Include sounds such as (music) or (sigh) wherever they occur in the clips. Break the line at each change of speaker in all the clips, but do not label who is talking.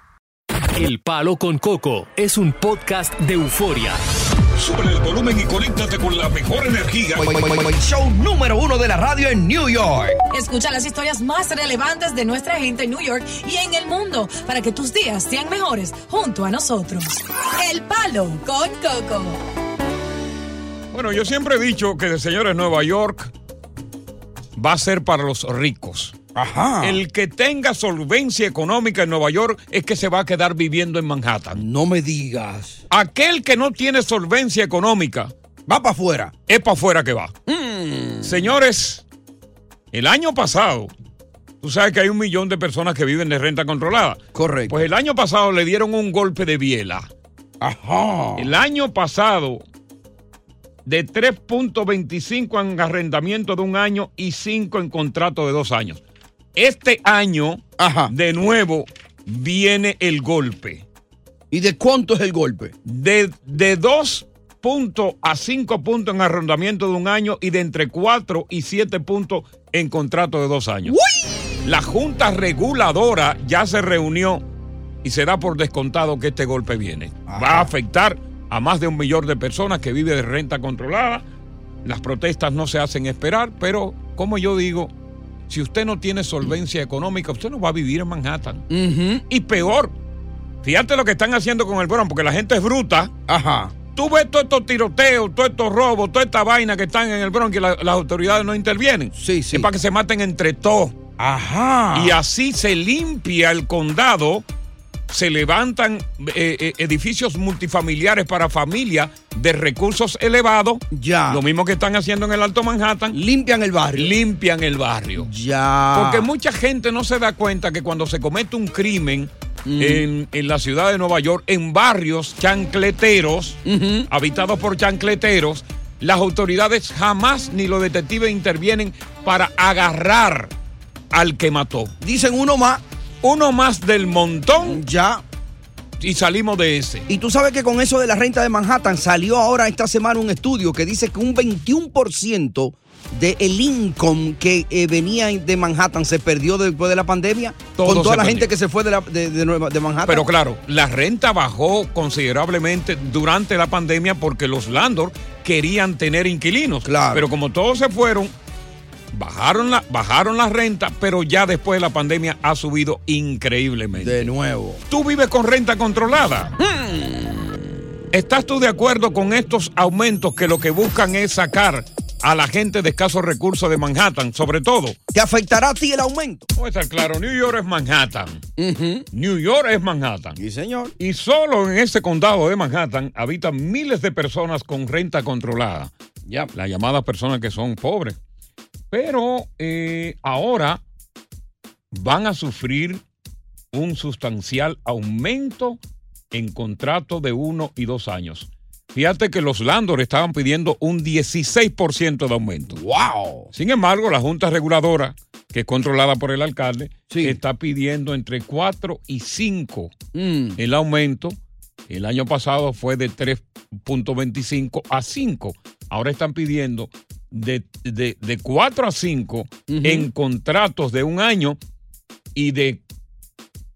El Palo con Coco es un podcast de euforia.
Sube el volumen y conéctate con la mejor energía.
Show número uno de la radio en New York.
Escucha las historias más relevantes de nuestra gente en New York y en el mundo para que tus días sean mejores junto a nosotros. El Palo con Coco.
Bueno, yo siempre he dicho que de señores Nueva York va a ser para los ricos.
Ajá.
El que tenga solvencia económica en Nueva York es que se va a quedar viviendo en Manhattan.
No me digas.
Aquel que no tiene solvencia económica
Va para afuera. Mm.
es para afuera que va. Señores, el año pasado, tú sabes que hay un millón de personas que viven de renta controlada.
Correcto.
Pues el año pasado le dieron un golpe de biela.
Ajá.
El año pasado, de 3.25 en arrendamiento de un año y 5 en contrato de dos años. Este año,
Ajá.
de nuevo, viene el golpe.
¿Y de cuánto es el golpe?
De, de 2 puntos a 5 puntos en arrendamiento de un año y de entre 4 y 7 puntos en contrato de dos años. La Junta Reguladora ya se reunió y se da por descontado que este golpe viene. Va a afectar a más de un millón de personas que vive de renta controlada. Las protestas no se hacen esperar, pero como yo digo, si usted no tiene solvencia económica, usted no va a vivir en Manhattan. Y peor, fíjate lo que están haciendo con el Bronx, porque la gente es bruta.
Ajá.
Tú ves todos estos tiroteos, todos estos robos, toda esta vaina que están en el Bronx y la- las autoridades no intervienen.
Sí, sí.
Es para que se maten entre todos.
Ajá.
Y así se limpia el condado, se levantan eh, eh, edificios multifamiliares para familias de recursos elevados.
Ya.
Lo mismo que están haciendo en el Alto Manhattan.
Limpian el barrio.
Limpian el barrio.
ya.
Porque mucha gente no se da cuenta que cuando se comete un crimen en, en la ciudad de Nueva York, en barrios chancleteros, habitados por chancleteros, las autoridades jamás ni los detectives intervienen para agarrar al que mató.
Dicen uno más.
Uno más del montón
Ya.
y salimos de ese.
Y tú sabes que con eso de la renta de Manhattan salió ahora esta semana un estudio que dice que un 21% del income que eh, venía de Manhattan se perdió después de la pandemia
Todo
con toda
se
la
perdió.
gente que se fue de, la- de- de Nueva- de Manhattan.
Pero claro, la renta bajó considerablemente durante la pandemia porque los landlords querían tener inquilinos.
Claro.
Pero como todos se fueron, bajaron la, bajaron la renta, pero ya después de la pandemia ha subido increíblemente.
de nuevo.
Tú vives con renta controlada. ¿Estás tú de acuerdo con estos aumentos que lo que buscan es sacar a la gente de escasos recursos de Manhattan, sobre todo?
¿Te afectará a ti el aumento?
Vamos a estar claro, New York es Manhattan. New York es Manhattan.
Sí, señor.
Y solo en ese condado de Manhattan habitan miles de personas con renta controlada.
Ya.
Las llamadas personas que son pobres. Pero eh, ahora van a sufrir un sustancial aumento en contrato de uno y dos años. Fíjate que los landlords estaban pidiendo un 16% de aumento.
¡Wow!
Sin embargo, la Junta Reguladora, que es controlada por el alcalde,
Sí.
está pidiendo entre 4 y 5
Mm.
el aumento. El año pasado fue de 3.25 a 5. Ahora están pidiendo de, de, de 4 a 5 en contratos de un año y de,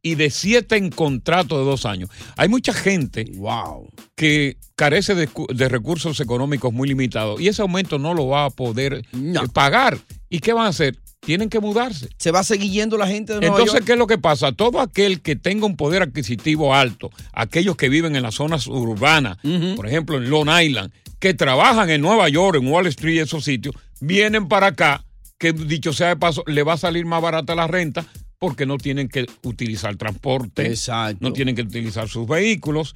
y de 7 en contratos de dos años. Hay mucha gente
¡Wow!
que carece de, cu- de recursos económicos muy limitados y ese aumento no lo va a poder
No.
eh, pagar. ¿Y qué van a hacer? Tienen que mudarse.
¿Se va a seguir yendo la gente de Nueva
Entonces,
York?
¿qué es lo que pasa? Todo aquel que tenga un poder adquisitivo alto, aquellos que viven en las zonas urbanas, por ejemplo, en Long Island, que trabajan en Nueva York, en Wall Street, esos sitios, vienen para acá, que dicho sea de paso, le va a salir más barata la renta porque no tienen que utilizar transporte,
Exacto.
no tienen que utilizar sus vehículos,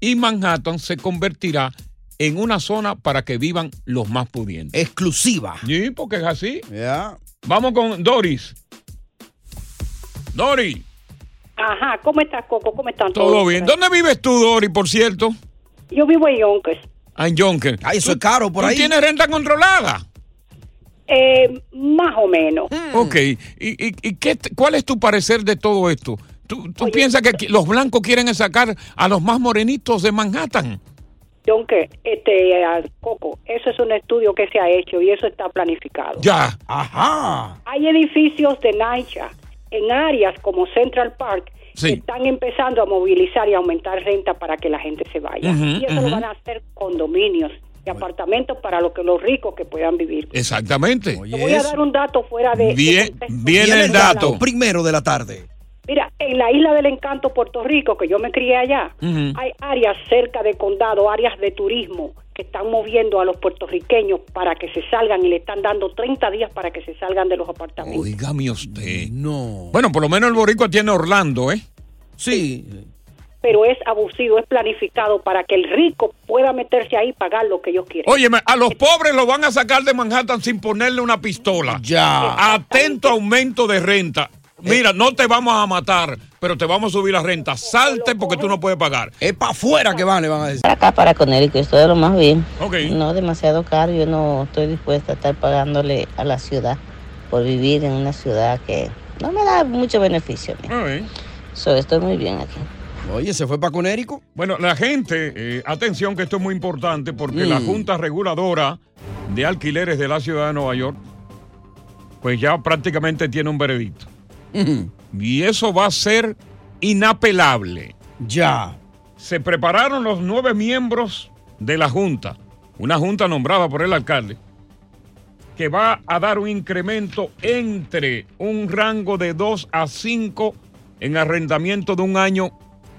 y Manhattan se convertirá en una zona para que vivan los más pudientes.
Exclusiva.
Sí, porque es así.
Ya.
Vamos con Doris. Doris.
Ajá, ¿cómo estás, Coco? ¿Cómo están
Todo bien. ¿Dónde vives tú, Dori, por cierto?
Yo vivo en Yonkers.
Ah, en Yonker.
Ay, eso es caro por
¿Tú
ahí.
tienes renta controlada?
Eh, más o menos.
Ok. ¿Y, y- y qué, t- cuál es tu parecer de todo esto? ¿Tú, tú piensas que aquí los blancos quieren sacar a los más morenitos de Manhattan?
Yonker, este, ah, Coco, eso es un estudio que se ha hecho y eso está planificado.
Ya.
Ajá.
Hay edificios de NYCHA en áreas como Central Park
Sí.
que están empezando a movilizar y aumentar renta para que la gente se vaya.
Ujú,
y eso
ujú.
lo van a hacer condominios y apartamentos para lo que los ricos que puedan vivir.
Exactamente.
Te voy a dar un dato fuera de... de
Bien,
contexto.
bien
Viene
el dato.
Primero de la tarde.
Mira, en la isla del encanto Puerto Rico, que yo me crié allá,
Ujú.
hay áreas cerca de condado, áreas de turismo que están moviendo a los puertorriqueños para que se salgan y le están dando 30 días para que se salgan de los apartamentos.
Oígame usted.
No.
Bueno, por lo menos el boricua tiene Orlando, ¿eh?
Sí.
Pero es abusivo, es planificado para que el rico pueda meterse ahí y pagar lo que ellos quieren.
Oye, a los pobres los van a sacar de Manhattan sin ponerle una pistola.
Ya.
Atento aumento de renta. Mira, no te vamos a matar, pero te vamos a subir la renta. Salte porque tú no puedes pagar.
Es para afuera que van, le van a decir.
Para acá, para Connecticut, todo lo más bien.
Ok.
No demasiado caro, yo no estoy dispuesta a estar pagándole a la ciudad por vivir en una ciudad que no me da mucho beneficio. a mí. So, estoy muy bien aquí.
Oye, se fue para Conérico.
Bueno, la gente, eh, atención que esto es muy importante porque la
Mm.
Junta Reguladora de Alquileres de la Ciudad de Nueva York, pues ya prácticamente tiene un veredicto. Y eso va a ser inapelable.
Ya.
se prepararon los nueve miembros de la Junta, una Junta nombrada por el alcalde, que va a dar un incremento entre un rango de 2 a 5 en arrendamiento de un año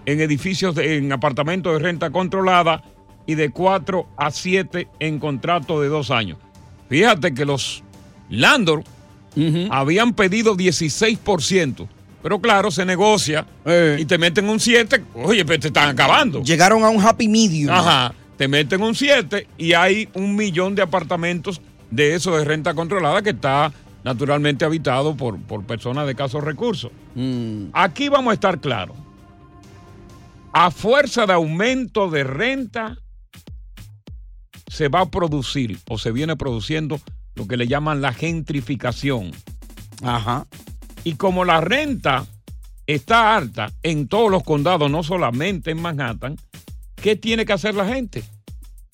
en edificios, de- en apartamentos de renta controlada y de 4 a 7 en contrato de dos años. Fíjate que los landlords habían pedido 16%, pero claro, se negocia
Eh.
y te meten un 7, oye, pero te están acabando.
Llegaron a un happy medium.
Ajá, te meten un 7 y hay un millón de apartamentos de eso de renta controlada que está naturalmente habitado por, por personas de casos recursos.
Mm.
Aquí vamos a estar claros. A fuerza de aumento de renta se va a producir o se viene produciendo lo que le llaman la gentrificación.
Ajá.
Y como la renta está alta en todos los condados, no solamente en Manhattan, ¿qué tiene que hacer la gente?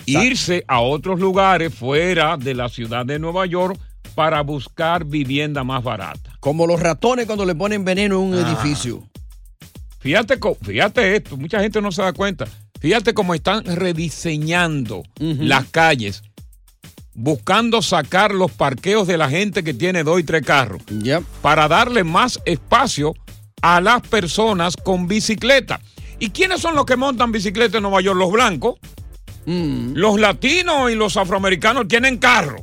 Irse a otros lugares fuera de la ciudad de Nueva York para buscar vivienda más barata.
Como los ratones cuando le ponen veneno a un edificio.
Fíjate, co- fíjate esto, mucha gente no se da cuenta. Fíjate cómo están rediseñando las calles, buscando sacar los parqueos de la gente que tiene dos y tres carros.
Ya.
para darle más espacio a las personas con bicicleta. ¿Y quiénes son los que montan bicicleta en Nueva York? Los blancos,
Mm.
los latinos y los afroamericanos tienen carro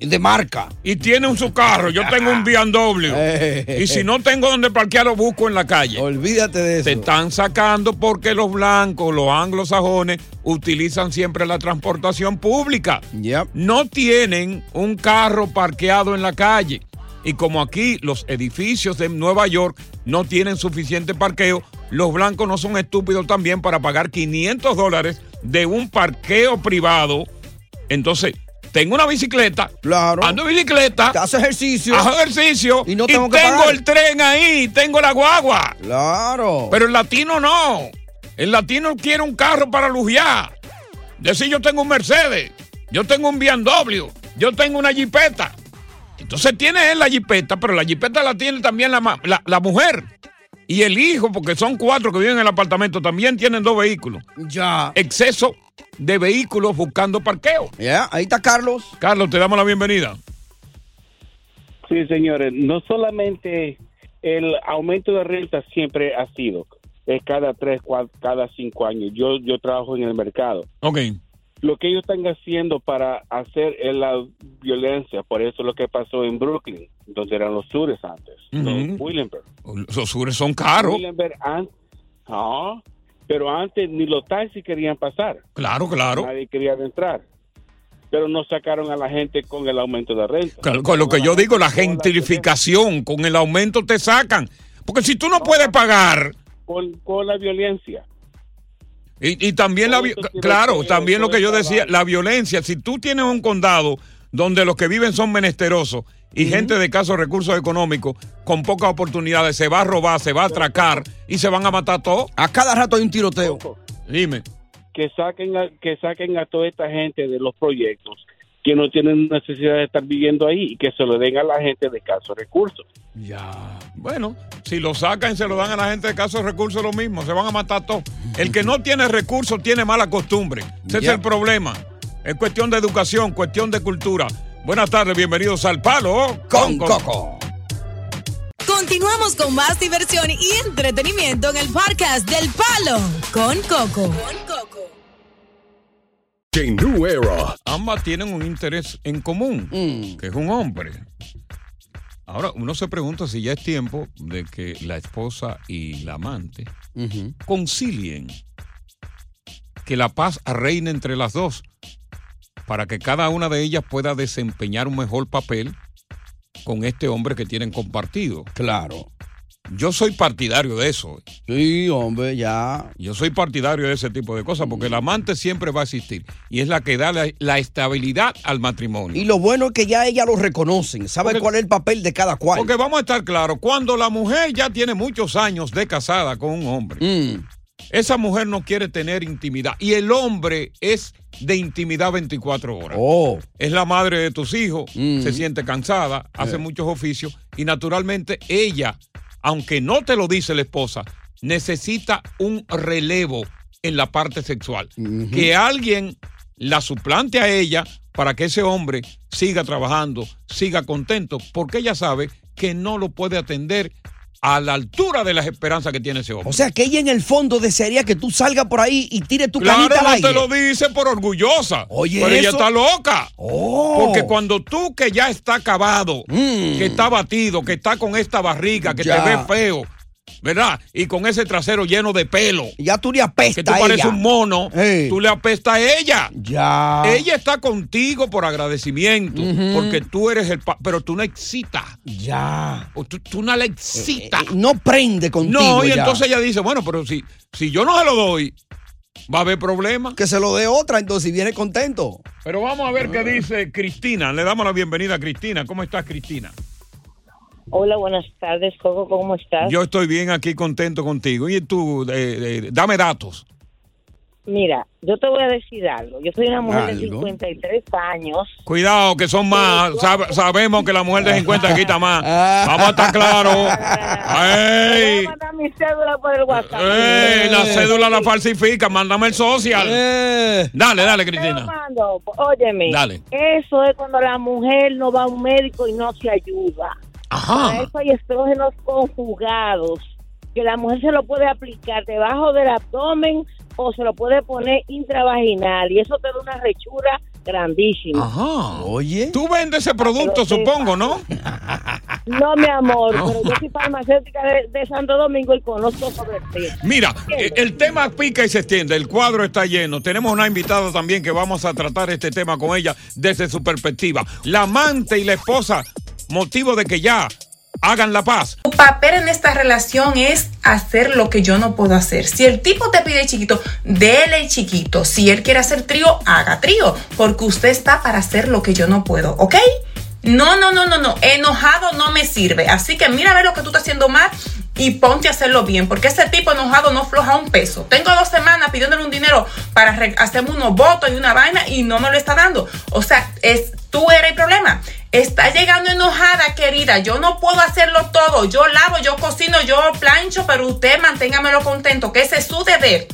De marca.
y tienen su carro. Yo tengo un
(laughs) Eh.
BMW. y si no tengo donde parquear, lo busco en la calle.
Olvídate de eso.
Se están sacando porque los blancos, los anglosajones, utilizan siempre la transportación pública
Ya.
no tienen un carro parqueado en la calle. Y como aquí los edificios de Nueva York no tienen suficiente parqueo, los blancos no son estúpidos también para pagar 500 dólares de un parqueo privado. Entonces, tengo una bicicleta,
Claro.
ando en bicicleta,
Te hace ejercicio.
hago ejercicio
Y no tengo que
tengo
pagar.
el tren ahí, tengo la guagua.
Claro.
Pero el latino no. El latino quiere un carro para lujear. Decir yo tengo un Mercedes, yo tengo un BMW, yo tengo una jipeta. Entonces tiene él la jipeta, pero la jipeta la tiene también la, ma- la- la mujer. Y el hijo, porque son cuatro que viven en el apartamento, también tienen dos vehículos.
ya.
Exceso de vehículos buscando parqueo.
Ya, ahí está Carlos.
Carlos, te damos la bienvenida.
Sí, señores, no solamente el aumento de renta siempre ha sido, es cada tres, cua- cada cinco años. Yo, yo trabajo en el mercado.
Ok.
Lo que ellos están haciendo para hacer es la violencia, por eso lo que pasó en Brooklyn, donde eran los sures antes, los
Ujú.
Willenberg.
Los sures son caros.
Willenberg an- no, pero antes ni los taxis querían pasar,
Claro, claro.
nadie quería entrar. Pero no sacaron a la gente con el aumento de renta.
Claro, con lo que yo digo, la gentrificación, con el aumento te sacan. Porque si tú no puedes pagar,
Con, con la violencia.
Y, y también, la, vi-
Eso quiere
claro,
decir,
también lo
todo
que yo
el
decía,
trabajo.
la violencia. Si tú tienes un condado donde los que viven son menesterosos y gente de casos recursos económicos con pocas oportunidades, se va a robar, se va a atracar y se van a matar todos.
A cada rato hay un tiroteo.
Dime.
que saquen a, que saquen a toda esta gente de los proyectos que no tienen necesidad de estar viviendo ahí y que se lo den a la gente de casos recursos.
Ya. Bueno, si lo sacan y se lo dan a la gente de casos recursos, lo mismo, se van a matar todos. El que no tiene recursos tiene mala costumbre. Ese
Ya.
es el problema. Es cuestión de educación, cuestión de cultura. Buenas tardes, bienvenidos al Palo
Con Coco.
Continuamos con más diversión y entretenimiento en el podcast del Palo con Coco.
A new era.
Ambas tienen un interés en común,
Mm.
que es un hombre. Ahora, uno se pregunta si ya es tiempo de que la esposa y la amante concilien, que la paz reine entre las dos, para que cada una de ellas pueda desempeñar un mejor papel con este hombre que tienen compartido.
Claro.
Yo soy partidario de eso.
Sí, hombre, ya.
Yo soy partidario de ese tipo de cosas, porque el amante siempre va a existir y es la que da la, la estabilidad al matrimonio.
Y lo bueno es que ya ellas lo reconocen, saben
Porque-
cuál es el papel de cada cual.
Porque vamos a estar claros, cuando la mujer ya tiene muchos años de casada con un hombre,
Mm,
esa mujer no quiere tener intimidad y el hombre es de intimidad 24 horas.
Oh,
Es la madre de tus hijos,
Mm. Eh.
se siente cansada, hace muchos oficios y naturalmente ella, aunque no te lo dice la esposa, necesita un relevo en la parte sexual. Que alguien la suplante a ella para que ese hombre siga trabajando, siga contento, porque ella sabe que no lo puede atender a la altura de las esperanzas que tiene ese hombre.
o sea que ella en el fondo desearía que tú salgas por ahí y tires tu
claro,
canita al
no
aire.
te lo dice por orgullosa,
Oye,
pero ella
eso-
está loca.
Oh.
Porque cuando tú que ya está acabado,
Mm.
que está batido, que está con esta barriga, que
Ya.
te ve feo, ¿verdad? Y con ese trasero lleno de pelo,
ya tú le
que
apestas
tú
a
pareces
ella.
un mono,
Ey.
tú le apestas a ella.
Ya.
Ella está contigo por agradecimiento, porque tú eres el... pa- pero tú no excitas,
Ya.
o tú, tú no la excitas.
Eh, No prende contigo.
no, y
ya.
entonces ella dice, bueno, pero si, si yo no se lo doy, va a haber problemas.
Que se lo dé otra, entonces si viene contento.
Pero vamos a ver qué dice Cristina. Le damos la bienvenida a Cristina. ¿Cómo estás, Cristina?
Hola, buenas tardes, Coco, ¿cómo estás?
Yo estoy bien aquí, contento contigo. Y tú, eh, eh, dame datos.
Mira, yo te voy a decir algo. Yo soy una mujer de
Algo.
53 años.
Cuidado, que son más. Sab- sabemos que la mujer de 50
(laughs)
quita más. Vamos a estar claros.
Te voy
¡Ey!
a mandar mi cédula por el WhatsApp.
¡Ey! Eh, La cédula la falsifica. Mándame el social.
Eh,
Dale, dale,
Te lo
Cristina.
mando. Óyeme.
Dale.
Eso es cuando la mujer no va a un médico y no se ayuda. Para
Ajá.
eso hay estrógenos conjugados que la mujer se lo puede aplicar debajo del abdomen o se lo puede poner intravaginal y eso te da una rechura grandísima.
Ajá.
Oye.
Tú vendes ese producto, supongo, ¿no?
No, mi
(laughs)
amor, pero yo soy farmacéutica de, de Santo Domingo y conozco sobre ti.
Mira, eh, el tema pica y se extiende, el cuadro está lleno. Tenemos una invitada también que vamos a tratar este tema con ella desde su perspectiva. La amante y la esposa, motivo de que ya hagan la paz.
Tu papel en esta relación es hacer lo que yo no puedo hacer. Si el tipo te pide chiquito, dele chiquito. Si él quiere hacer trío, haga trío. Porque usted está para hacer lo que yo no puedo, ¿ok? No, no, no, no, no. Enojado no me sirve. Así que mira a ver lo que tú estás haciendo mal y ponte a hacerlo bien. Porque ese tipo enojado no floja un peso. Tengo dos semanas pidiéndole un dinero para re- hacerme unos votos y una vaina y no me lo está dando. O sea, es, tú eres el problema. Está llegando enojada, querida. Yo no puedo hacerlo todo. Yo lavo, yo cocino, yo plancho, pero usted manténgamelo contento, que ese es su deber.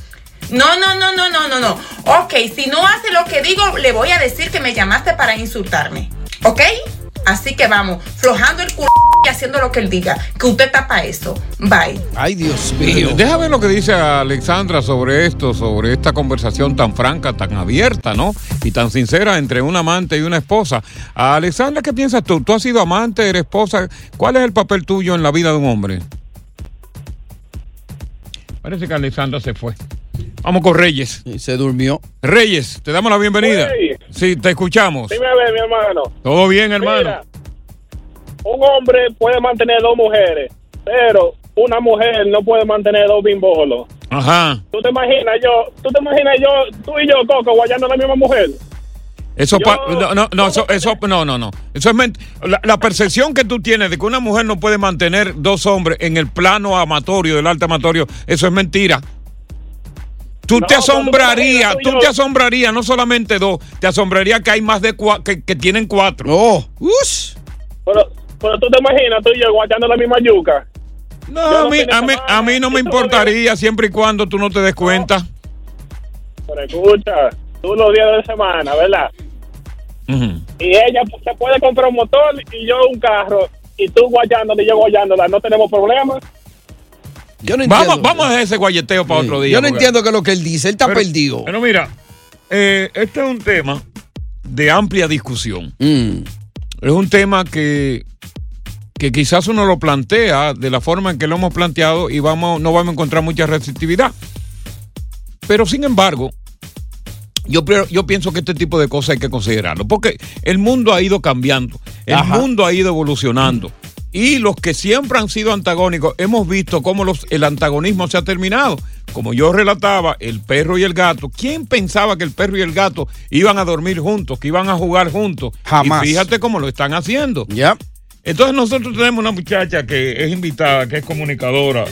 No, no, no, no, no, no, no. Ok, si no hace lo que digo, le voy a decir que me llamaste para insultarme. ¿Ok? Así que vamos, flojando el culo y haciendo lo que él diga. Que usted está para eso. Bye.
Ay, Dios mío.
Déjame ver lo que dice Alexandra sobre esto, sobre esta conversación tan franca, tan abierta, ¿no? Y tan sincera entre un amante y una esposa. Alexandra, ¿qué piensas tú? ¿Tú has sido amante, eres esposa? ¿Cuál es el papel tuyo en la vida de un hombre? Parece que Alexandra se fue. Vamos con Reyes.
Y Se durmió.
Reyes, te damos la bienvenida.
Reyes.
Sí, te escuchamos.
Dime a ver, mi hermano.
¿Todo bien, hermano?
Mira, un hombre puede mantener dos mujeres, pero una mujer no puede mantener dos bimbolos.
Ajá.
¿Tú te imaginas yo, tú te imaginas yo, tú y yo, Coco, guayando a la misma mujer?
Eso, pa- no, no, no, eso, eso- no, no, no. Eso es ment- la, la percepción que tú tienes de que una mujer no puede mantener dos hombres en el plano amatorio, del arte amatorio, eso es mentira. Tú
No, cuando
te
tú
asombrarías,
me digas,
tú,
tú y yo-
te asombrarías, no solamente dos, te asombraría que hay más de cuatro, que, que tienen cuatro.
¡Oh!
Pero, pero tú te imaginas tú y yo guayando la misma yuca.
No,
Yo
a
los
mí,
fines
a
de
mí- a mí no me importaría siempre y cuando tú no te des cuenta.
Pero escucha, tú los días de semana, ¿verdad?
Ujú.
Y ella pues, se puede comprar un motor y yo un carro. Y tú guayándola y yo guayándola, no tenemos problemas.
Yo no
Vamos, vamos a dejar ese guayeteo para otro día.
Yo no
porque-
entiendo que lo que él dice, él está
Pero-
perdido.
Pero mira, eh, este es un tema de amplia discusión.
Mm.
Es un tema que, que quizás uno lo plantea de la forma en que lo hemos planteado y vamos, no vamos a encontrar mucha receptividad. Pero sin embargo, yo, pre- yo pienso que este tipo de cosas hay que considerarlo, porque el mundo ha ido cambiando, el
Ajá.
mundo ha ido evolucionando. Y los que siempre han sido antagónicos, hemos visto cómo los- el antagonismo se ha terminado. Como yo relataba, el perro y el gato. ¿Quién pensaba que el perro y el gato iban a dormir juntos, que iban a jugar juntos?
Jamás.
Y fíjate cómo lo están haciendo.
Ya.
Entonces nosotros tenemos una muchacha que es invitada, que es comunicadora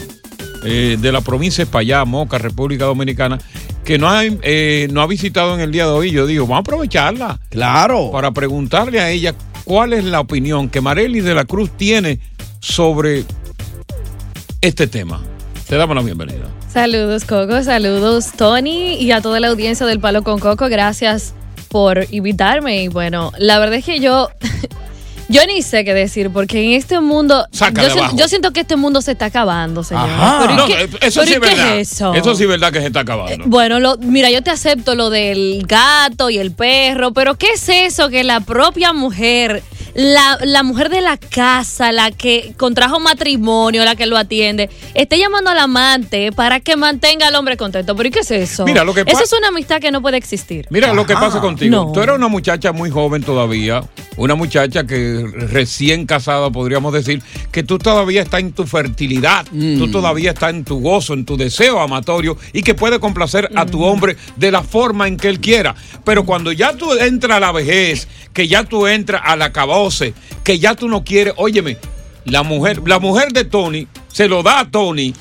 eh, de la provincia de España, Moca, República Dominicana, que no ha, eh, no ha visitado en el día de hoy. Yo digo, vamos a aprovecharla.
Claro.
Para preguntarle a ella cuál es la opinión que Marely de la Cruz tiene sobre este tema. Te damos la bienvenida.
Saludos Coco, saludos Tony y a toda la audiencia del Palo con Coco, gracias por invitarme y bueno, la verdad es que yo (laughs) yo ni sé qué decir porque en este mundo
Saca
yo,
de
sien-
abajo.
yo siento que este mundo se está acabando, señor. Pero ¿y
No,
qué-
eso sí es
pero ¿y qué
verdad.
es eso?
sí es verdad que se está acabando.
Bueno, lo- mira, yo te acepto lo del gato y el perro, pero ¿qué es eso que la propia mujer, la, la mujer de la casa, la que contrajo matrimonio, la que lo atiende, esté llamando al amante para que mantenga al hombre contento? ¿Pero y qué es eso?
Mira, lo que
Eso
pa-
es una amistad que no puede existir.
Mira lo que
Ajá.
pasa contigo.
No.
Tú eres una muchacha muy joven todavía, una muchacha que recién casada, podríamos decir, que tú todavía estás en tu fertilidad,
Mm.
tú todavía estás en tu gozo, en tu deseo amatorio y que puede complacer a
Mm.
tu hombre de la forma en que él quiera. Pero cuando ya tú entras a la vejez, que ya tú entras a la caboce, que ya tú no quieres, óyeme, la mujer, la mujer de Tony se lo da a Tony.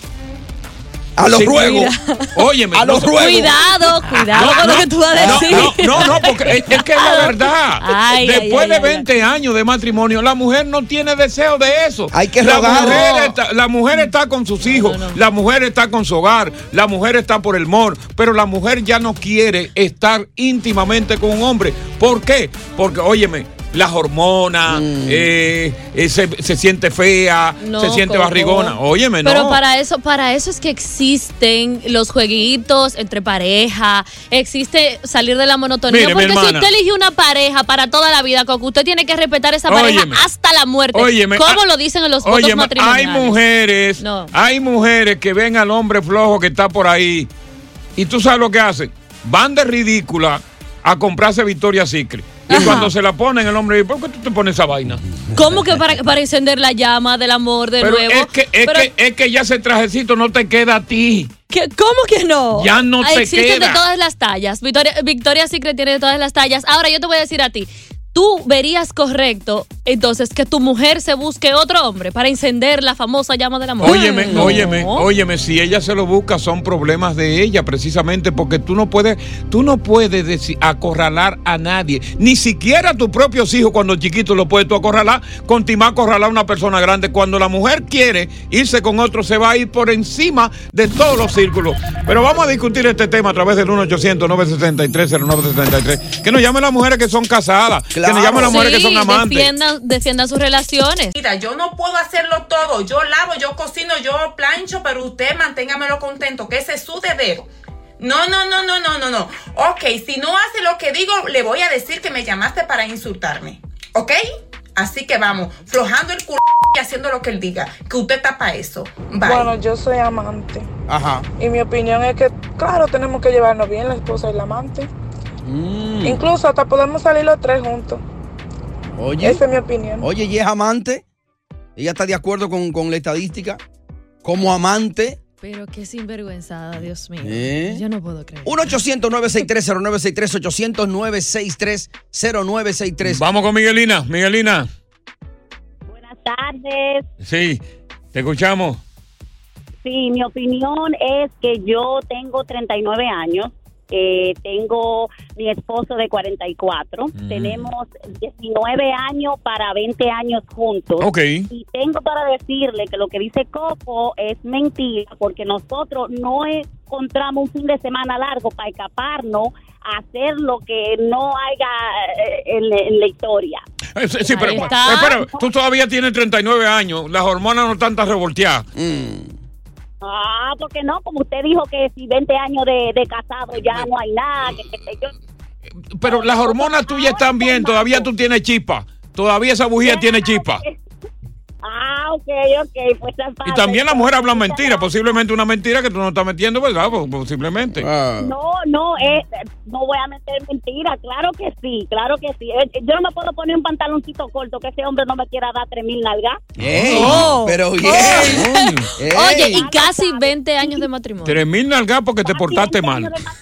A los
Sí,
ruegos.
Óyeme,
A los
Pues no- Ah,
ruegos.
Cuidado, cuidado con lo que tú vas a
no,
decir.
No, no, no, porque es, es que es
(laughs)
la verdad.
Ay, ay,
Después
ay,
de
ay,
20 años de matrimonio, la mujer no tiene deseo de eso. Hay
que
la
rogar.
mujer, está, la mujer está con sus hijos, la mujer está con su hogar, la mujer está por el mor, pero la mujer ya no quiere estar íntimamente con un hombre. ¿Por qué? Porque, óyeme. Las hormonas, eh, eh, se, se siente fea,
No,
se siente
Coco.
barrigona. Óyeme, no.
Pero para eso, para eso es que existen los jueguitos entre pareja, existe salir de la monotonía.
Mire, mi
porque si
hermana.
usted elige una pareja para toda la vida, Coco, usted tiene que respetar esa pareja
Óyeme.
hasta la muerte.
Óyeme,
como
ah,
lo dicen en los votos
Oye, ma, hay
matrimoniales.
mujeres,
No.
hay mujeres que ven al hombre flojo que está por ahí y tú sabes lo que hacen. Van de ridícula a comprarse Victoria Secret. Y cuando se la ponen, el hombre dice, ¿por qué tú te pones esa vaina?
¿Cómo que para, para encender la llama del amor de
Pero
nuevo?
es que, es,
Pero,
que, es que ya ese trajecito no te queda a ti.
¿qué- ¿Cómo que no?
Ya no
Ah,
te
Existen
queda.
de todas las tallas. Victoria, Victoria Secret tiene de todas las tallas. Ahora yo te voy a decir a ti. Tú verías correcto entonces que tu mujer se busque otro hombre para encender la famosa llama del amor.
Óyeme,
No.
óyeme, óyeme, si ella se lo busca son problemas de ella precisamente porque tú no puedes, tú no puedes deci- acorralar a nadie, ni siquiera a tus propios hijos cuando chiquitos lo puedes tú acorralar, continuar acorralar a una persona grande. Cuando la mujer quiere irse con otro se va a ir por encima de todos los círculos. Pero vamos a discutir este tema a través del 1 800 973 0973 Que nos llamen las mujeres que son casadas, que nos llamen las mujeres que son amantes.
Defiendan, defiendan sus relaciones.
Mira, yo no puedo hacerlo todo. Yo lavo, yo cocino, yo plancho, pero usted manténgamelo contento, que ese es su deber. No, no, no, no, no, no, no. Ok, si no hace lo que digo, le voy a decir que me llamaste para insultarme. ¿Ok? Así que vamos, flojando el culo y haciendo lo que él diga, que usted está para eso. Bye.
Bueno, yo soy amante
Ajá.
y mi opinión es que, claro, tenemos que llevarnos bien la esposa y la amante.
Mm.
Mm.
Incluso hasta podemos salir los tres juntos.
Oye.
Esa es mi opinión.
Oye, ella es amante. Ella está de acuerdo con, con la estadística. Como amante.
Pero qué sinvergüenzada, Dios mío.
¿Eh?
Yo no puedo creer.
1-800-963-0963, 800-963-0963.
Vamos con Miguelina, Miguelina.
tardes.
Sí, te escuchamos.
Sí, mi opinión es que yo tengo 39 años. eh, tengo mi esposo de 44. Tenemos 19 años para 20 años juntos.
Ok.
Y tengo para decirle que lo que dice Coco es mentira, porque nosotros no encontramos un fin de semana largo para escaparnos a hacer lo que no haya eh, en, la- en la historia.
Eh, sí, sí, pero,
Ahí
pero,
está.
pero tú todavía tienes 39 años, las hormonas no están tan revolteadas.
Mm.
Ah, porque no, como usted dijo que si 20 años de, de casado ya no hay nada, que, qué sé yo.
Pero las hormonas tuyas están bien, todavía tú tienes chispa. Todavía esa bujía tiene chispa.
Ah, ok, ok, pues está
Y
fácil.
también las mujeres hablan mentira, posiblemente una mentira que tú no estás metiendo, ¿verdad? Po- Posiblemente.
Ah.
No, no, eh, no voy a meter mentira, claro que sí, claro que sí. Eh, Yo no me puedo poner un pantaloncito corto, que ese hombre no me quiera dar 3.000 nalgas.
¡Ey!
Oh.
Pero bien.
Oye, y casi 20 años de matrimonio.
Tres mil nalgas porque
Ah,
te portaste mal.
Matrimonio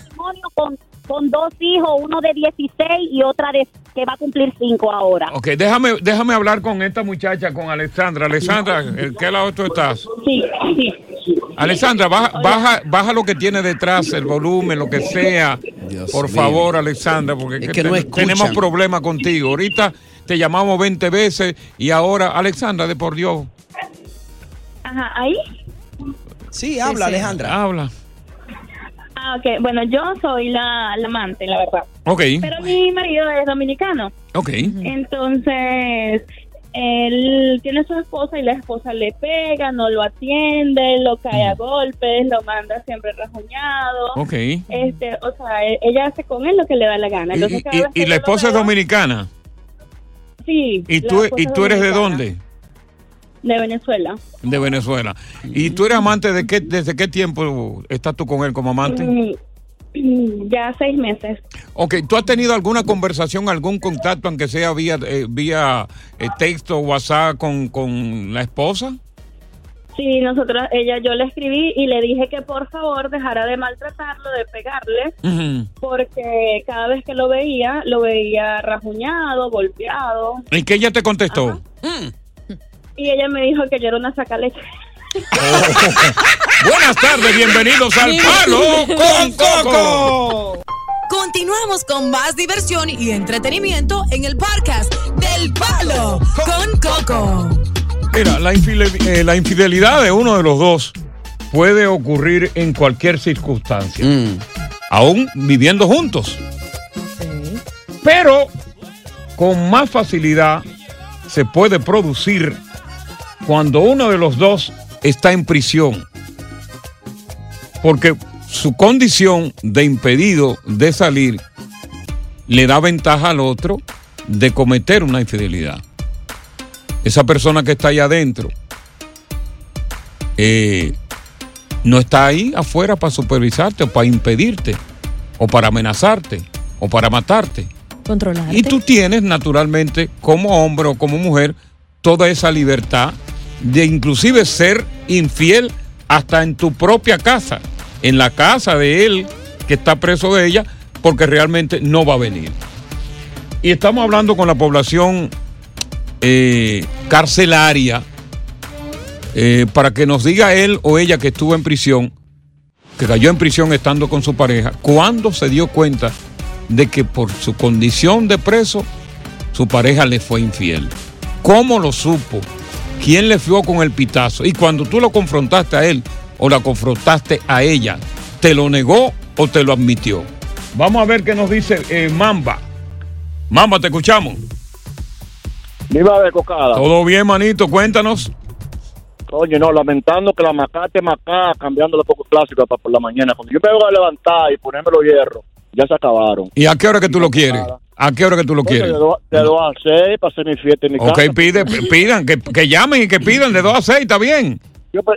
con, con dos hijos, uno de 16 y otra de que va a cumplir 5 ahora.
Ok, déjame, déjame hablar con esta muchacha, con Alexandra. Alexandra, ¿en qué lado tú estás?
Sí, sí.
Alexandra, baja, baja, baja lo que tiene detrás, el volumen, lo que sea. Por
mío.
favor, Alexandra, porque es
que no
ten-
escuchan.
tenemos problemas contigo. Ahorita te llamamos 20 veces y ahora, Alexandra, de por Dios.
Ajá, ahí.
Sí,
habla, sí.
Alejandra.
Habla.
Ah, ok. Bueno, yo soy la, la amante, la verdad.
Ok,
Pero mi marido es dominicano.
ok.
Entonces, él tiene su esposa y la esposa le pega, no lo atiende, lo cae a golpes, lo manda siempre rajuñado.
Mm. Ok.
Este, o sea, e- ella hace con él lo que le da la gana.
Y,
Entonces,
y-
cada vez
y
que
la
yo lo
esposa es
veo-
dominicana.
Sí.
¿Y
la
tú, e,
esposa
y
es
tú eres de
dominicana,
dónde?
De Venezuela.
De Venezuela. ¿Y tú eres amante de qué, desde qué tiempo estás tú con él como amante?
Mm, Ya seis meses.
Ok, ¿tú has tenido alguna conversación, algún contacto, aunque sea vía, eh, vía eh, texto, WhatsApp, con, con la esposa?
Sí, nosotros, ella, yo le escribí y le dije que por favor dejara de maltratarlo, de pegarle,
Ujú.
porque cada vez que lo veía, lo veía rajuñado, golpeado,
¿Y qué ella te contestó?
y ella me dijo que yo era una sacaleche.
Buenas tardes, bienvenidos al Palo con Coco.
Continuamos con más diversión y entretenimiento en el podcast del Palo con Coco.
Mira, la, infile- eh, la infidelidad de uno de los dos puede ocurrir en cualquier circunstancia, aún viviendo juntos. Pero con más facilidad se puede producir cuando uno de los dos está en prisión, porque su condición de impedido de salir le da ventaja al otro de cometer una infidelidad esa persona que está allá adentro eh, no está ahí afuera para supervisarte o para impedirte o para amenazarte o para matarte.
Controlar.
Y tú tienes naturalmente como hombre o como mujer toda esa libertad de inclusive ser infiel hasta en tu propia casa, en la casa de él que está preso de ella porque realmente no va a venir. Y estamos hablando con la población eh, carcelaria eh, para que nos diga él o ella que estuvo en prisión, que cayó en prisión estando con su pareja, cuándo se dio cuenta de que por su condición de preso su pareja le fue infiel. ¿Cómo lo supo? ¿Quién le fió con el pitazo? Y cuando tú lo confrontaste a él o la confrontaste a ella, ¿te lo negó o te lo admitió? Vamos a ver qué nos dice eh, Mamba. Mamba, te escuchamos.
Viva de cocada.
Todo bien, manito, cuéntanos.
Oye, no, lamentando que la macate macá, cambiando los pocos clásicos para por la mañana. Cuando yo me voy a levantar y ponerme los hierros, ya se acabaron.
¿Y a qué hora que tú lo quieres? ¿A qué hora que tú lo
Oye,
quieres?
de dos- de dos a seis, para hacer mi fiesta en mi
Ok,
casa.
pide, p- pidan, que, que llamen y que pidan de 2 a 6, ¿está bien?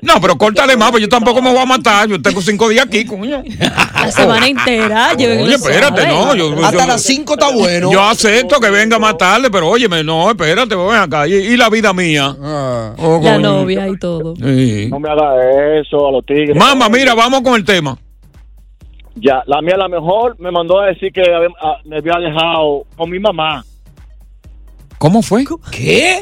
No, pero córtale más, pues yo tampoco me voy a matar. Yo tengo cinco días aquí,
(laughs)
coño.
La semana entera.
Oye, espérate, no. Yo,
Hasta
yo-
las 5 está bueno.
Yo acepto que venga más tarde, pero óyeme, no, espérate, ven acá. ¿Y, y la vida mía?
Ah.
Oh,
La
coño.
novia y todo.
Sí.
No me haga eso a los tigres.
Mamá, mira, vamos con el tema.
Ya, la mía la mejor me mandó a decir que habe- a- me había dejado con mi mamá.
¿Cómo fue?
¿Qué?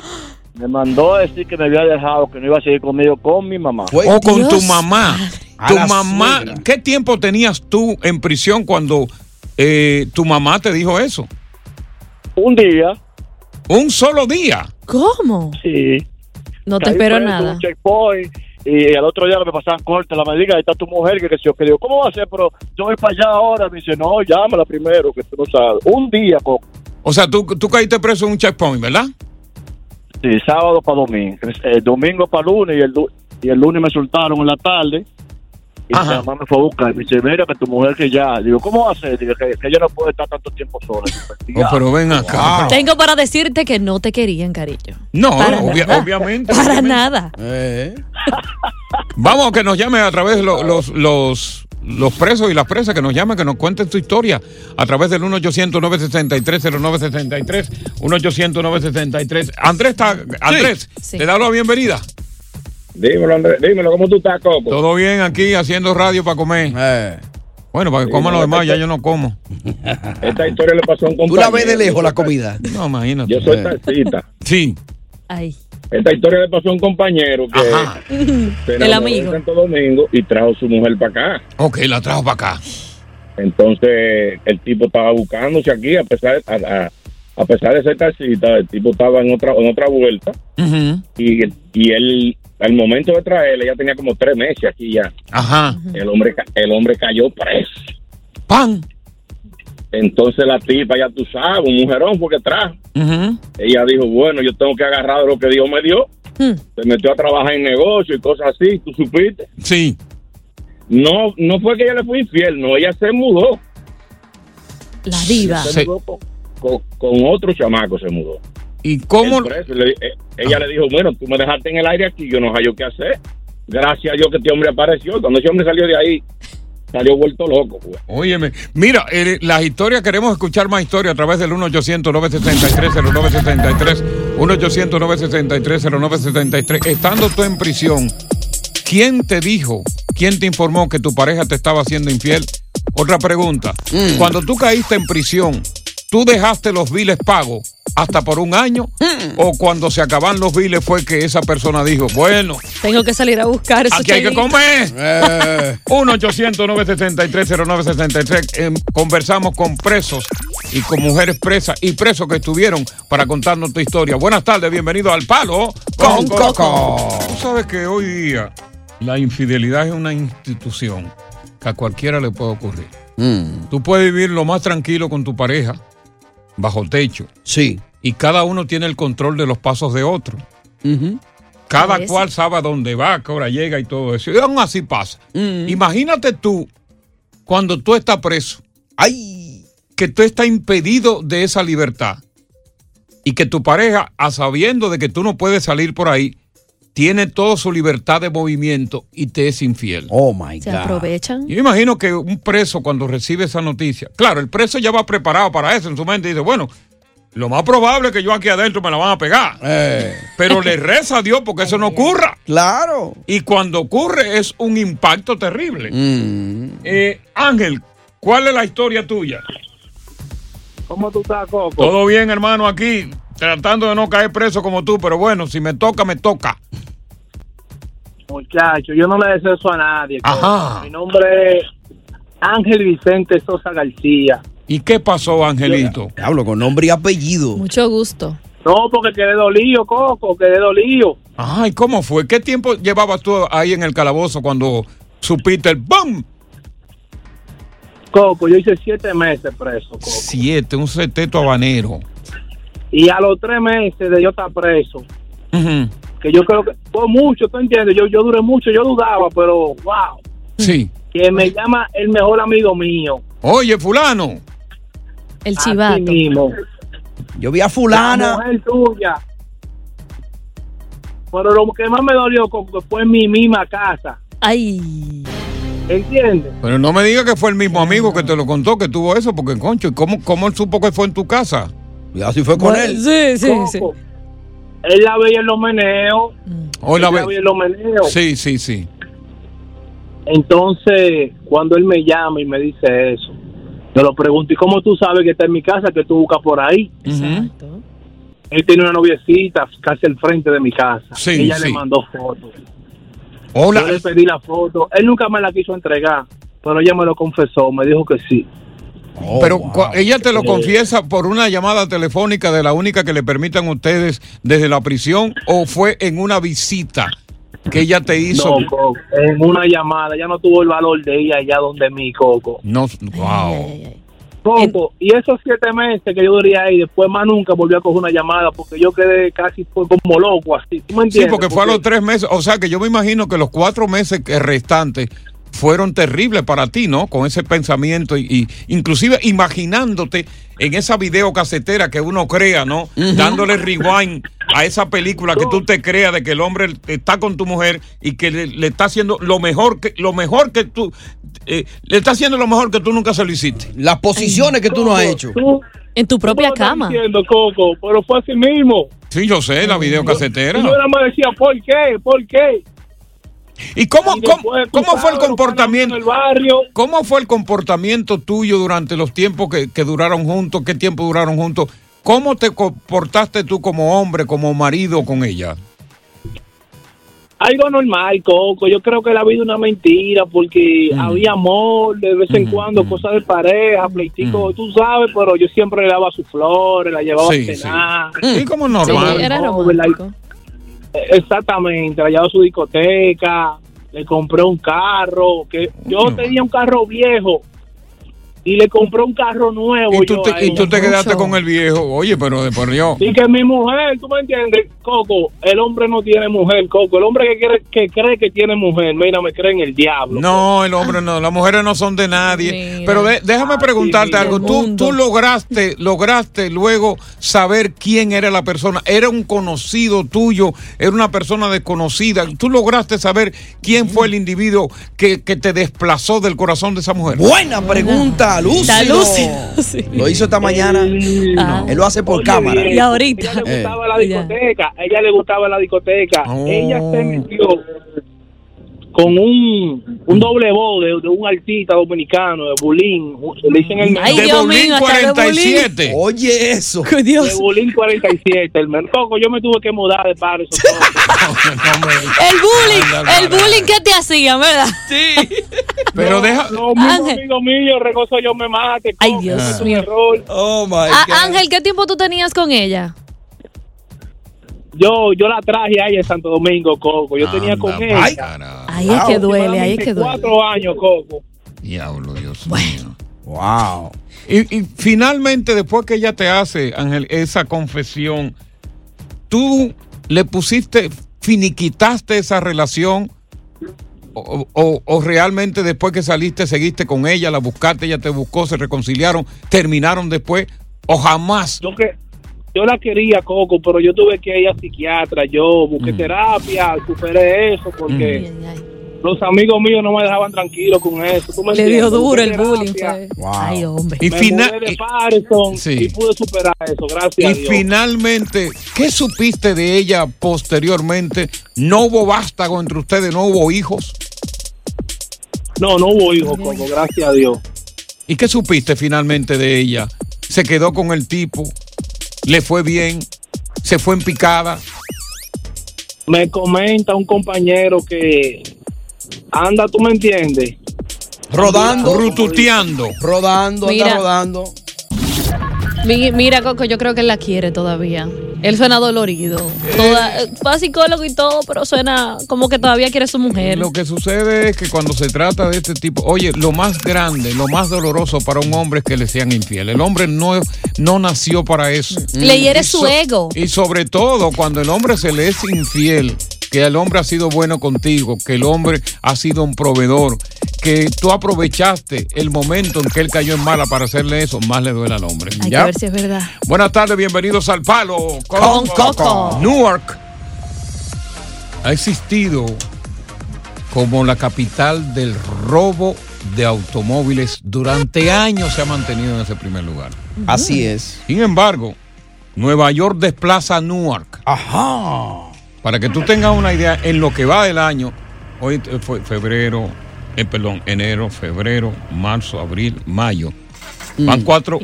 Me mandó a decir que me había dejado, que no iba a seguir conmigo con mi mamá.
o con tu mamá.
A
Tu
la
mamá,
suegra.
¿qué tiempo tenías tú en prisión cuando eh, tu mamá te dijo eso?
Un día.
¿Un solo día?
¿Cómo?
Sí. pues,
No te
Caí
espero
preso en
nada.
un checkpoint, y al otro día me pasaban corta la médica, ahí está tu mujer, que, que yo que digo, ¿cómo va a ser? Pero yo voy para allá ahora. Me dice, no, llámala primero, que tú no sabes. Un día, Coco.
O sea, tú, tú caíste preso en un checkpoint, ¿verdad?
Sí, sábado para domingo. El domingo para lunes y el, lu- y el lunes me soltaron en la tarde. Y mi mamá me fue a buscar. Y me dice, mira que tu mujer que ya. Digo, ¿cómo va a ser? Digo, que, que ella no puede estar tanto tiempo sola.
Oh, pero ven acá.
Tengo para decirte que no te querían, cariño.
No,
Para
obvia-
nada.
obviamente.
Para nada.
Eh. (laughs) Vamos, que nos llamen a través lo- los, los, los presos y las presas, que nos llamen, que nos cuenten su historia a través del 1-800-963-0963. 1-800-963. Andrés, está, Andrés te da la bienvenida.
Dímelo, Andrés. Dímelo, ¿cómo tú estás, Coco?
Todo bien aquí haciendo radio para comer. Bueno, para que coman los demás, ya yo no (laughs) como.
Esta historia le pasó a un
Tú
compañero.
la ves de lejos la comida.
No, imagínate.
Yo soy taxista.
Sí.
Ay.
Esta historia le pasó a un compañero que se
El
enamoró
amigo.
en Santo Domingo y trajo su mujer para acá.
Ok, la trajo para acá.
Entonces el tipo estaba buscándose aquí, a pesar de, a, a- a pesar de ser taxista, el tipo estaba en otra en otra vuelta y, y él al momento de traerla ya tenía como tres meses aquí ya.
Ajá.
El hombre ca- el hombre cayó preso.
¡Pan!
Entonces la tipa ya tú sabes, un mujerón porque trajo. Ella dijo, bueno, yo tengo que agarrar de lo que Dios me dio.
Hmm.
Se metió a trabajar en negocio y cosas así, ¿tú supiste?
Sí.
No, no fue que ella le fue infiel, no, ella se mudó.
La diva.
Se mudó con, con- con otro chamaco, se mudó.
¿Y cómo? Ah.
ella le dijo, bueno, tú me dejaste en el aire aquí, yo no hallo qué hacer. Gracias a Dios que este hombre apareció. Cuando ese hombre salió de ahí, salió vuelto loco. pues. güey.
Óyeme, mira, eh, las historias, queremos escuchar más historias a través del 1-800-963-0963, 1-800-963-0973. Estando tú en prisión, ¿quién te dijo, quién te informó que tu pareja te estaba haciendo infiel? Otra pregunta, cuando tú caíste en prisión, ¿tú dejaste los biles pagos hasta por un año? ¿O cuando se acaban los biles fue que esa persona dijo, bueno,
Tengo que salir a buscar esos
Aquí hay que
chelitos.
comer. 1-800-963-0963. Em, conversamos con presos y con mujeres presas y presos que estuvieron para contarnos tu historia. Buenas tardes, bienvenido al Palo con, Coco. Tú sabes que hoy día la infidelidad es una institución que a cualquiera le puede ocurrir. Tú puedes vivir lo más tranquilo con tu pareja, bajo techo.
Sí.
Y cada uno tiene el control de los pasos de otro. Cada
Parece.
cual sabe a dónde va, a qué hora llega y todo eso. Y aún así pasa. Imagínate tú, cuando tú estás preso,
¡ay!
que tú estás impedido de esa libertad y que tu pareja, a sabiendo de que tú no puedes salir por ahí, tiene toda su libertad de movimiento y te es infiel.
Oh my
Se aprovechan.
Yo imagino que un preso cuando recibe esa noticia, claro, el preso ya va preparado para eso en su mente y dice, bueno, lo más probable es que yo aquí adentro me la van a pegar.
(laughs)
Pero le reza a Dios porque eso no ocurra.
Eh. Claro.
Y cuando ocurre es un impacto terrible.
Mm.
Eh, Ángel, ¿cuál es la historia tuya?
¿Cómo tú estás, Coco?
Todo bien, hermano, aquí, tratando de no caer preso como tú, pero bueno, si me toca, me toca.
Muchacho, yo no le deseo eso a nadie. Coco.
Ajá.
Mi nombre es Ángel Vicente Sosa García.
¿Y qué pasó, Angelito?
Hablo con nombre y apellido.
Mucho gusto.
No, porque quedé dolido, Coco, quedé dolido.
Ay, ¿cómo fue? ¿Qué tiempo llevabas tú ahí en el calabozo cuando supiste el ¡bum!
Coco, yo hice siete meses preso. Coco.
Siete, un seteto habanero.
Y a los tres meses de yo estar preso,
Ujú.
que yo creo que fue mucho, ¿tú entiendes? Yo, yo duré mucho, yo dudaba, pero wow.
Sí.
Que me llama el mejor amigo mío.
Oye, fulano.
El
chivato.
Yo vi a fulana.
La mujer tuya.
Pero lo que más me dolió co- co- fue mi misma casa.
Ay.
¿Entiendes?
Pero no me digas que fue el mismo amigo que te lo contó que tuvo eso, porque concho, ¿y ¿cómo, cómo él supo que fue en tu casa?
Ya si fue
Bueno, sí, sí, sí. Él la veía en los meneos.
Mm. Hoy la
él
ve-
veía en los meneos.
Sí, sí, sí.
Entonces, cuando él me llama y me dice eso, yo lo pregunto, ¿y cómo tú sabes que está en mi casa, que tú buscas por ahí? Él tiene una noviecita casi al frente de mi casa.
Sí,
Ella
sí.
le mandó fotos.
Hola.
Yo le pedí la foto. Él nunca me la quiso entregar, pero ella me lo confesó, me dijo que sí.
Pero cua- ella te lo
Eh.
confiesa por una llamada telefónica de la única que le permitan ustedes desde la prisión o fue en una visita que ella te hizo.
No, Coco, en una llamada, ya no tuvo el valor de ir allá donde mi Coco.
No, wow.
Coco, y esos siete meses que yo duré ahí, después más nunca volví a coger una llamada porque yo quedé casi fue como loco así. ¿Tú me
Sí,
entiendes?
porque fue a los tres meses. O sea que yo me imagino que los cuatro meses que restantes fueron terribles para ti, ¿no? Con ese pensamiento y, y inclusive imaginándote en esa videocasetera que uno crea, ¿no? Dándole rewind a esa película que tú te creas de que el hombre está con tu mujer y que le, le está haciendo lo mejor que lo mejor que tú eh, le está haciendo lo mejor que tú nunca se lo hiciste.
Las posiciones que tú no has hecho.
En tu propia cama.
Entiendo, Coco, pero fue así mismo.
Sí, yo sé, la
Y
videocasetera.
yo nada más decía, ¿por qué? ¿Por qué?
¿Y cómo,
Y
cómo-
después, tú
cómo fue el
sabes, los
comportamiento?
del barrio.
¿Cómo fue el comportamiento tuyo durante los tiempos que, que duraron juntos? ¿Qué tiempo duraron juntos? ¿Cómo te comportaste tú como hombre, como marido con ella?
Algo normal, Coco. Yo creo que la vida es una mentira porque había amor de vez en cuando, cosas de pareja, pleitico, tú sabes, pero yo siempre le daba sus flores, la llevaba
Sí,
a
sí.
cenar.
Sí, como normal.
Sí, era
joven, la- Exactamente, la llevaba a su discoteca, le compré un carro, que yo tenía un carro viejo y le compré un carro nuevo.
Y tú
yo a
te, y tú
ella.
te quedaste con el viejo. Oye, pero de por Dios.
Y que mi mujer, tú me entiendes, Coco, el hombre no tiene mujer, Coco. El hombre que cree que, cree que tiene mujer, mira, me cree en el diablo.
No, el hombre no, las mujeres no son de nadie. Pero de- déjame preguntarte algo. ¿Tú, tú lograste, lograste luego saber quién era la persona. Era un conocido tuyo, era una persona desconocida. Tú lograste saber quién fue el individuo que, que te desplazó del corazón de esa mujer.
Buena pregunta, Lúcido. Lo hizo esta mañana.
Ah.
Él lo hace por
Oye,
cámara.
bien, Ella le
Eh.
gustaba la discoteca. Ella le gustaba la discoteca.
Oh.
Ella se metió con un, un doble voz de, de un artista dominicano, de Bulín. Le dicen el
Ay, De Dios mío, Bulín hasta de 47. Bulín.
(laughs)
Oye, eso.
De Bulín 47. El men- Coco, yo me tuve que mudar de padre.
(laughs)
El bullying, el bullying que te hacían, ¿verdad? (laughs)
Pero deja.
No, mi amigo mío, recoso yo me mate. Ay,
Dios
mío. Error.
Oh, my
Ah, Ángel, ¿qué tiempo tú tenías con ella?
Yo, yo la traje ahí en Santo Domingo, Coco. Yo tenía con ella.
ay,
Ahí es que duele, ahí es que duele.
Cuatro años, Coco.
Diablo, Dios mío. Wow. Y, y finalmente, después que ella te hace, Ángel, esa confesión, tú le pusiste, finiquitaste esa relación. O, o- o realmente después que saliste seguiste con ella, la buscaste, ella te buscó, se reconciliaron, terminaron después, o jamás.
Yo que yo la quería, Coco, pero yo tuve que ir a psiquiatra. Yo busqué
Mm.
terapia, superé eso porque los amigos míos no me dejaban tranquilo con eso. ¿Tú me
Le dio
entiendes?
duro
Busqué
el bullying.
terapia.
fue. Ay, hombre.
Y
me
fina-
mudé de Patterson
Sí.
y pude superar eso, gracias a
Y
Dios.
finalmente, ¿qué supiste de ella posteriormente? ¿No hubo vástago entre ustedes? ¿No hubo hijos?
No, no hubo hijos, Coco, gracias a Dios.
¿Y qué supiste finalmente de ella? ¿Se quedó con el tipo? ¿Le fue bien? ¿Se fue en picada?
Me comenta un compañero que anda, ¿tú me entiendes?
Rodando.
Rututeando.
Rodando,
Mira.
anda rodando.
Mi- Mira, Coco, yo creo que él la quiere todavía. Él suena dolorido. Toda, va a psicólogo y todo, pero suena como que todavía quiere su mujer.
Lo que sucede es que cuando se trata de este tipo, oye, lo más grande, lo más doloroso para un hombre es que le sean infiel. El hombre no, no nació para eso.
Mm. Le hiere
Y
su
so-
ego.
Y sobre todo cuando el hombre se le es infiel, que el hombre ha sido bueno contigo, que el hombre ha sido un proveedor, que tú aprovechaste el momento en que él cayó en mala para hacerle eso, más le duele al hombre.
Hay
¿Ya?
que ver si es verdad.
Buenas tardes, bienvenidos al Palo
Con Coco.
Newark. ha existido como la capital del robo de automóviles durante años se ha mantenido en ese primer lugar.
Así es.
Sin embargo, Nueva York desplaza a Newark. Ajá. Para que tú tengas una idea, en lo que va del año, hoy eh, fue febrero, eh, perdón, enero, febrero, marzo, abril, mayo. Van
Mm.
cuatro,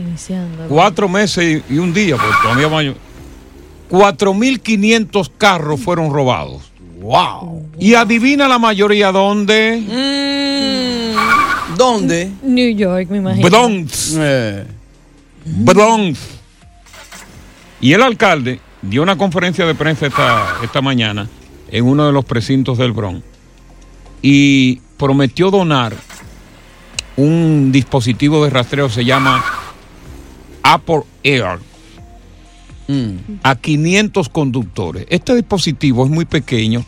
cuatro meses y y un día, porque todavía mayo. 4.500 carros fueron robados. ¡Wow! Y adivina la mayoría dónde. Mm.
¿Dónde?
New York, me imagino.
Bronx. Bronx. Y el alcalde dio una conferencia de prensa esta, esta mañana en uno de los precintos del Bronx y prometió donar un dispositivo de rastreo, se llama Apple Air,
Mm.
a 500 conductores. Este dispositivo es muy pequeño,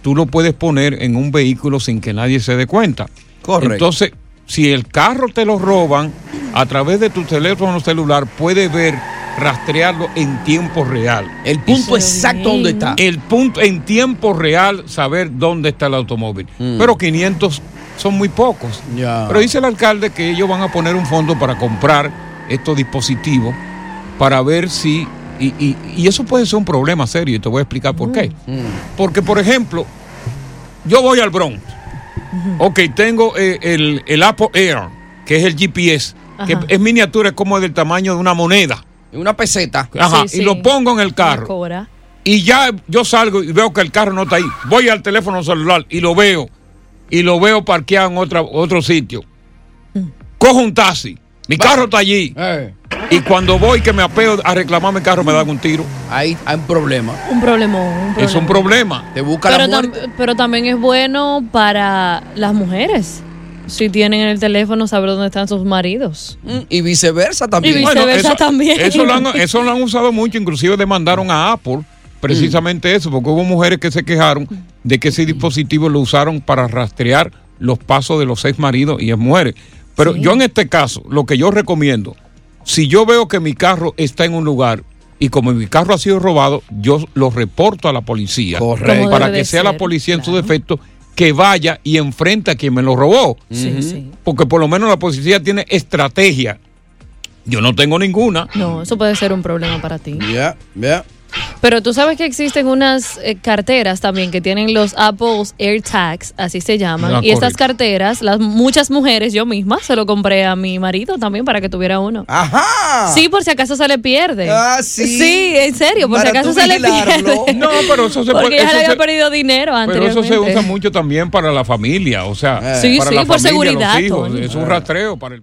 tú lo puedes poner en un vehículo sin que nadie se dé cuenta.
Correcto.
Entonces, si el carro te lo roban, a través de tu teléfono celular puedes ver, rastrearlo en tiempo real. El
punto exacto donde está.
El punto en tiempo real, saber dónde está el automóvil.
Mm.
Pero 500 son muy pocos.
Ah.
Pero dice el alcalde que ellos van a poner un fondo para comprar estos dispositivos para ver si... Y, y- y eso puede ser un problema serio y te voy a explicar por qué.
Mm.
Porque, por ejemplo, yo voy al Bronx. Ok, tengo eh, el, el Apple Air, que es el GPS, que
Ajá.
es miniatura, es como del tamaño de una moneda.
Una peseta.
Ajá,
Sí,
y
sí.
lo pongo en el carro.
Cobra.
Y ya yo salgo y veo que el carro no está ahí. Voy al teléfono celular y lo veo. Y lo veo parqueado en otra, otro sitio. Cojo un taxi. Mi carro está allí.
Eh.
Y cuando voy que me apeo a reclamar mi carro, me dan un tiro.
Ahí hay un problema.
Un problema. Un
Es
problemón.
un problema.
Te busca
Pero, tam- pero también es bueno para las mujeres. Si tienen en el teléfono, saber dónde están sus maridos.
Y viceversa también.
Y viceversa también.
Eso lo,
(laughs)
han, eso lo han usado mucho, inclusive demandaron a Apple precisamente eso, porque hubo mujeres que se quejaron de que ese dispositivo lo usaron para rastrear los pasos de los seis maridos y es mujeres. Pero yo en este caso, lo que yo recomiendo, si yo veo que mi carro está en un lugar y como mi carro ha sido robado, yo lo reporto a la policía.
Correcto. Como
Para
debe
que sea la
ser,
policía en su defecto que vaya y enfrente a quien me lo robó.
Sí,
Ujú.
sí.
Porque por lo menos la policía tiene estrategia. Yo no tengo ninguna.
No, eso puede ser un problema para ti.
Ya, ya.
Pero tú sabes que existen unas eh, carteras también que tienen los Apple's AirTags, así se llaman.
Ah,
y estas
correcto.
carteras, las muchas mujeres, yo misma, se lo compré a mi marido también para que tuviera uno.
Ajá.
Sí, por si acaso se le pierde.
Ah, sí.
Sí, en serio, por
Para
si acaso
tú
se le
vigilarlo.
pierde.
Oh, No, pero eso se
Porque
puede-
ya
eso
le había
se-
perdido dinero
Pero
anteriormente.
eso se usa mucho también para la familia, o
Eh.
sea,
Sí,
para
sí,
la
por
familia,
seguridad,
los hijos.
Tony.
Es un rastreo para el.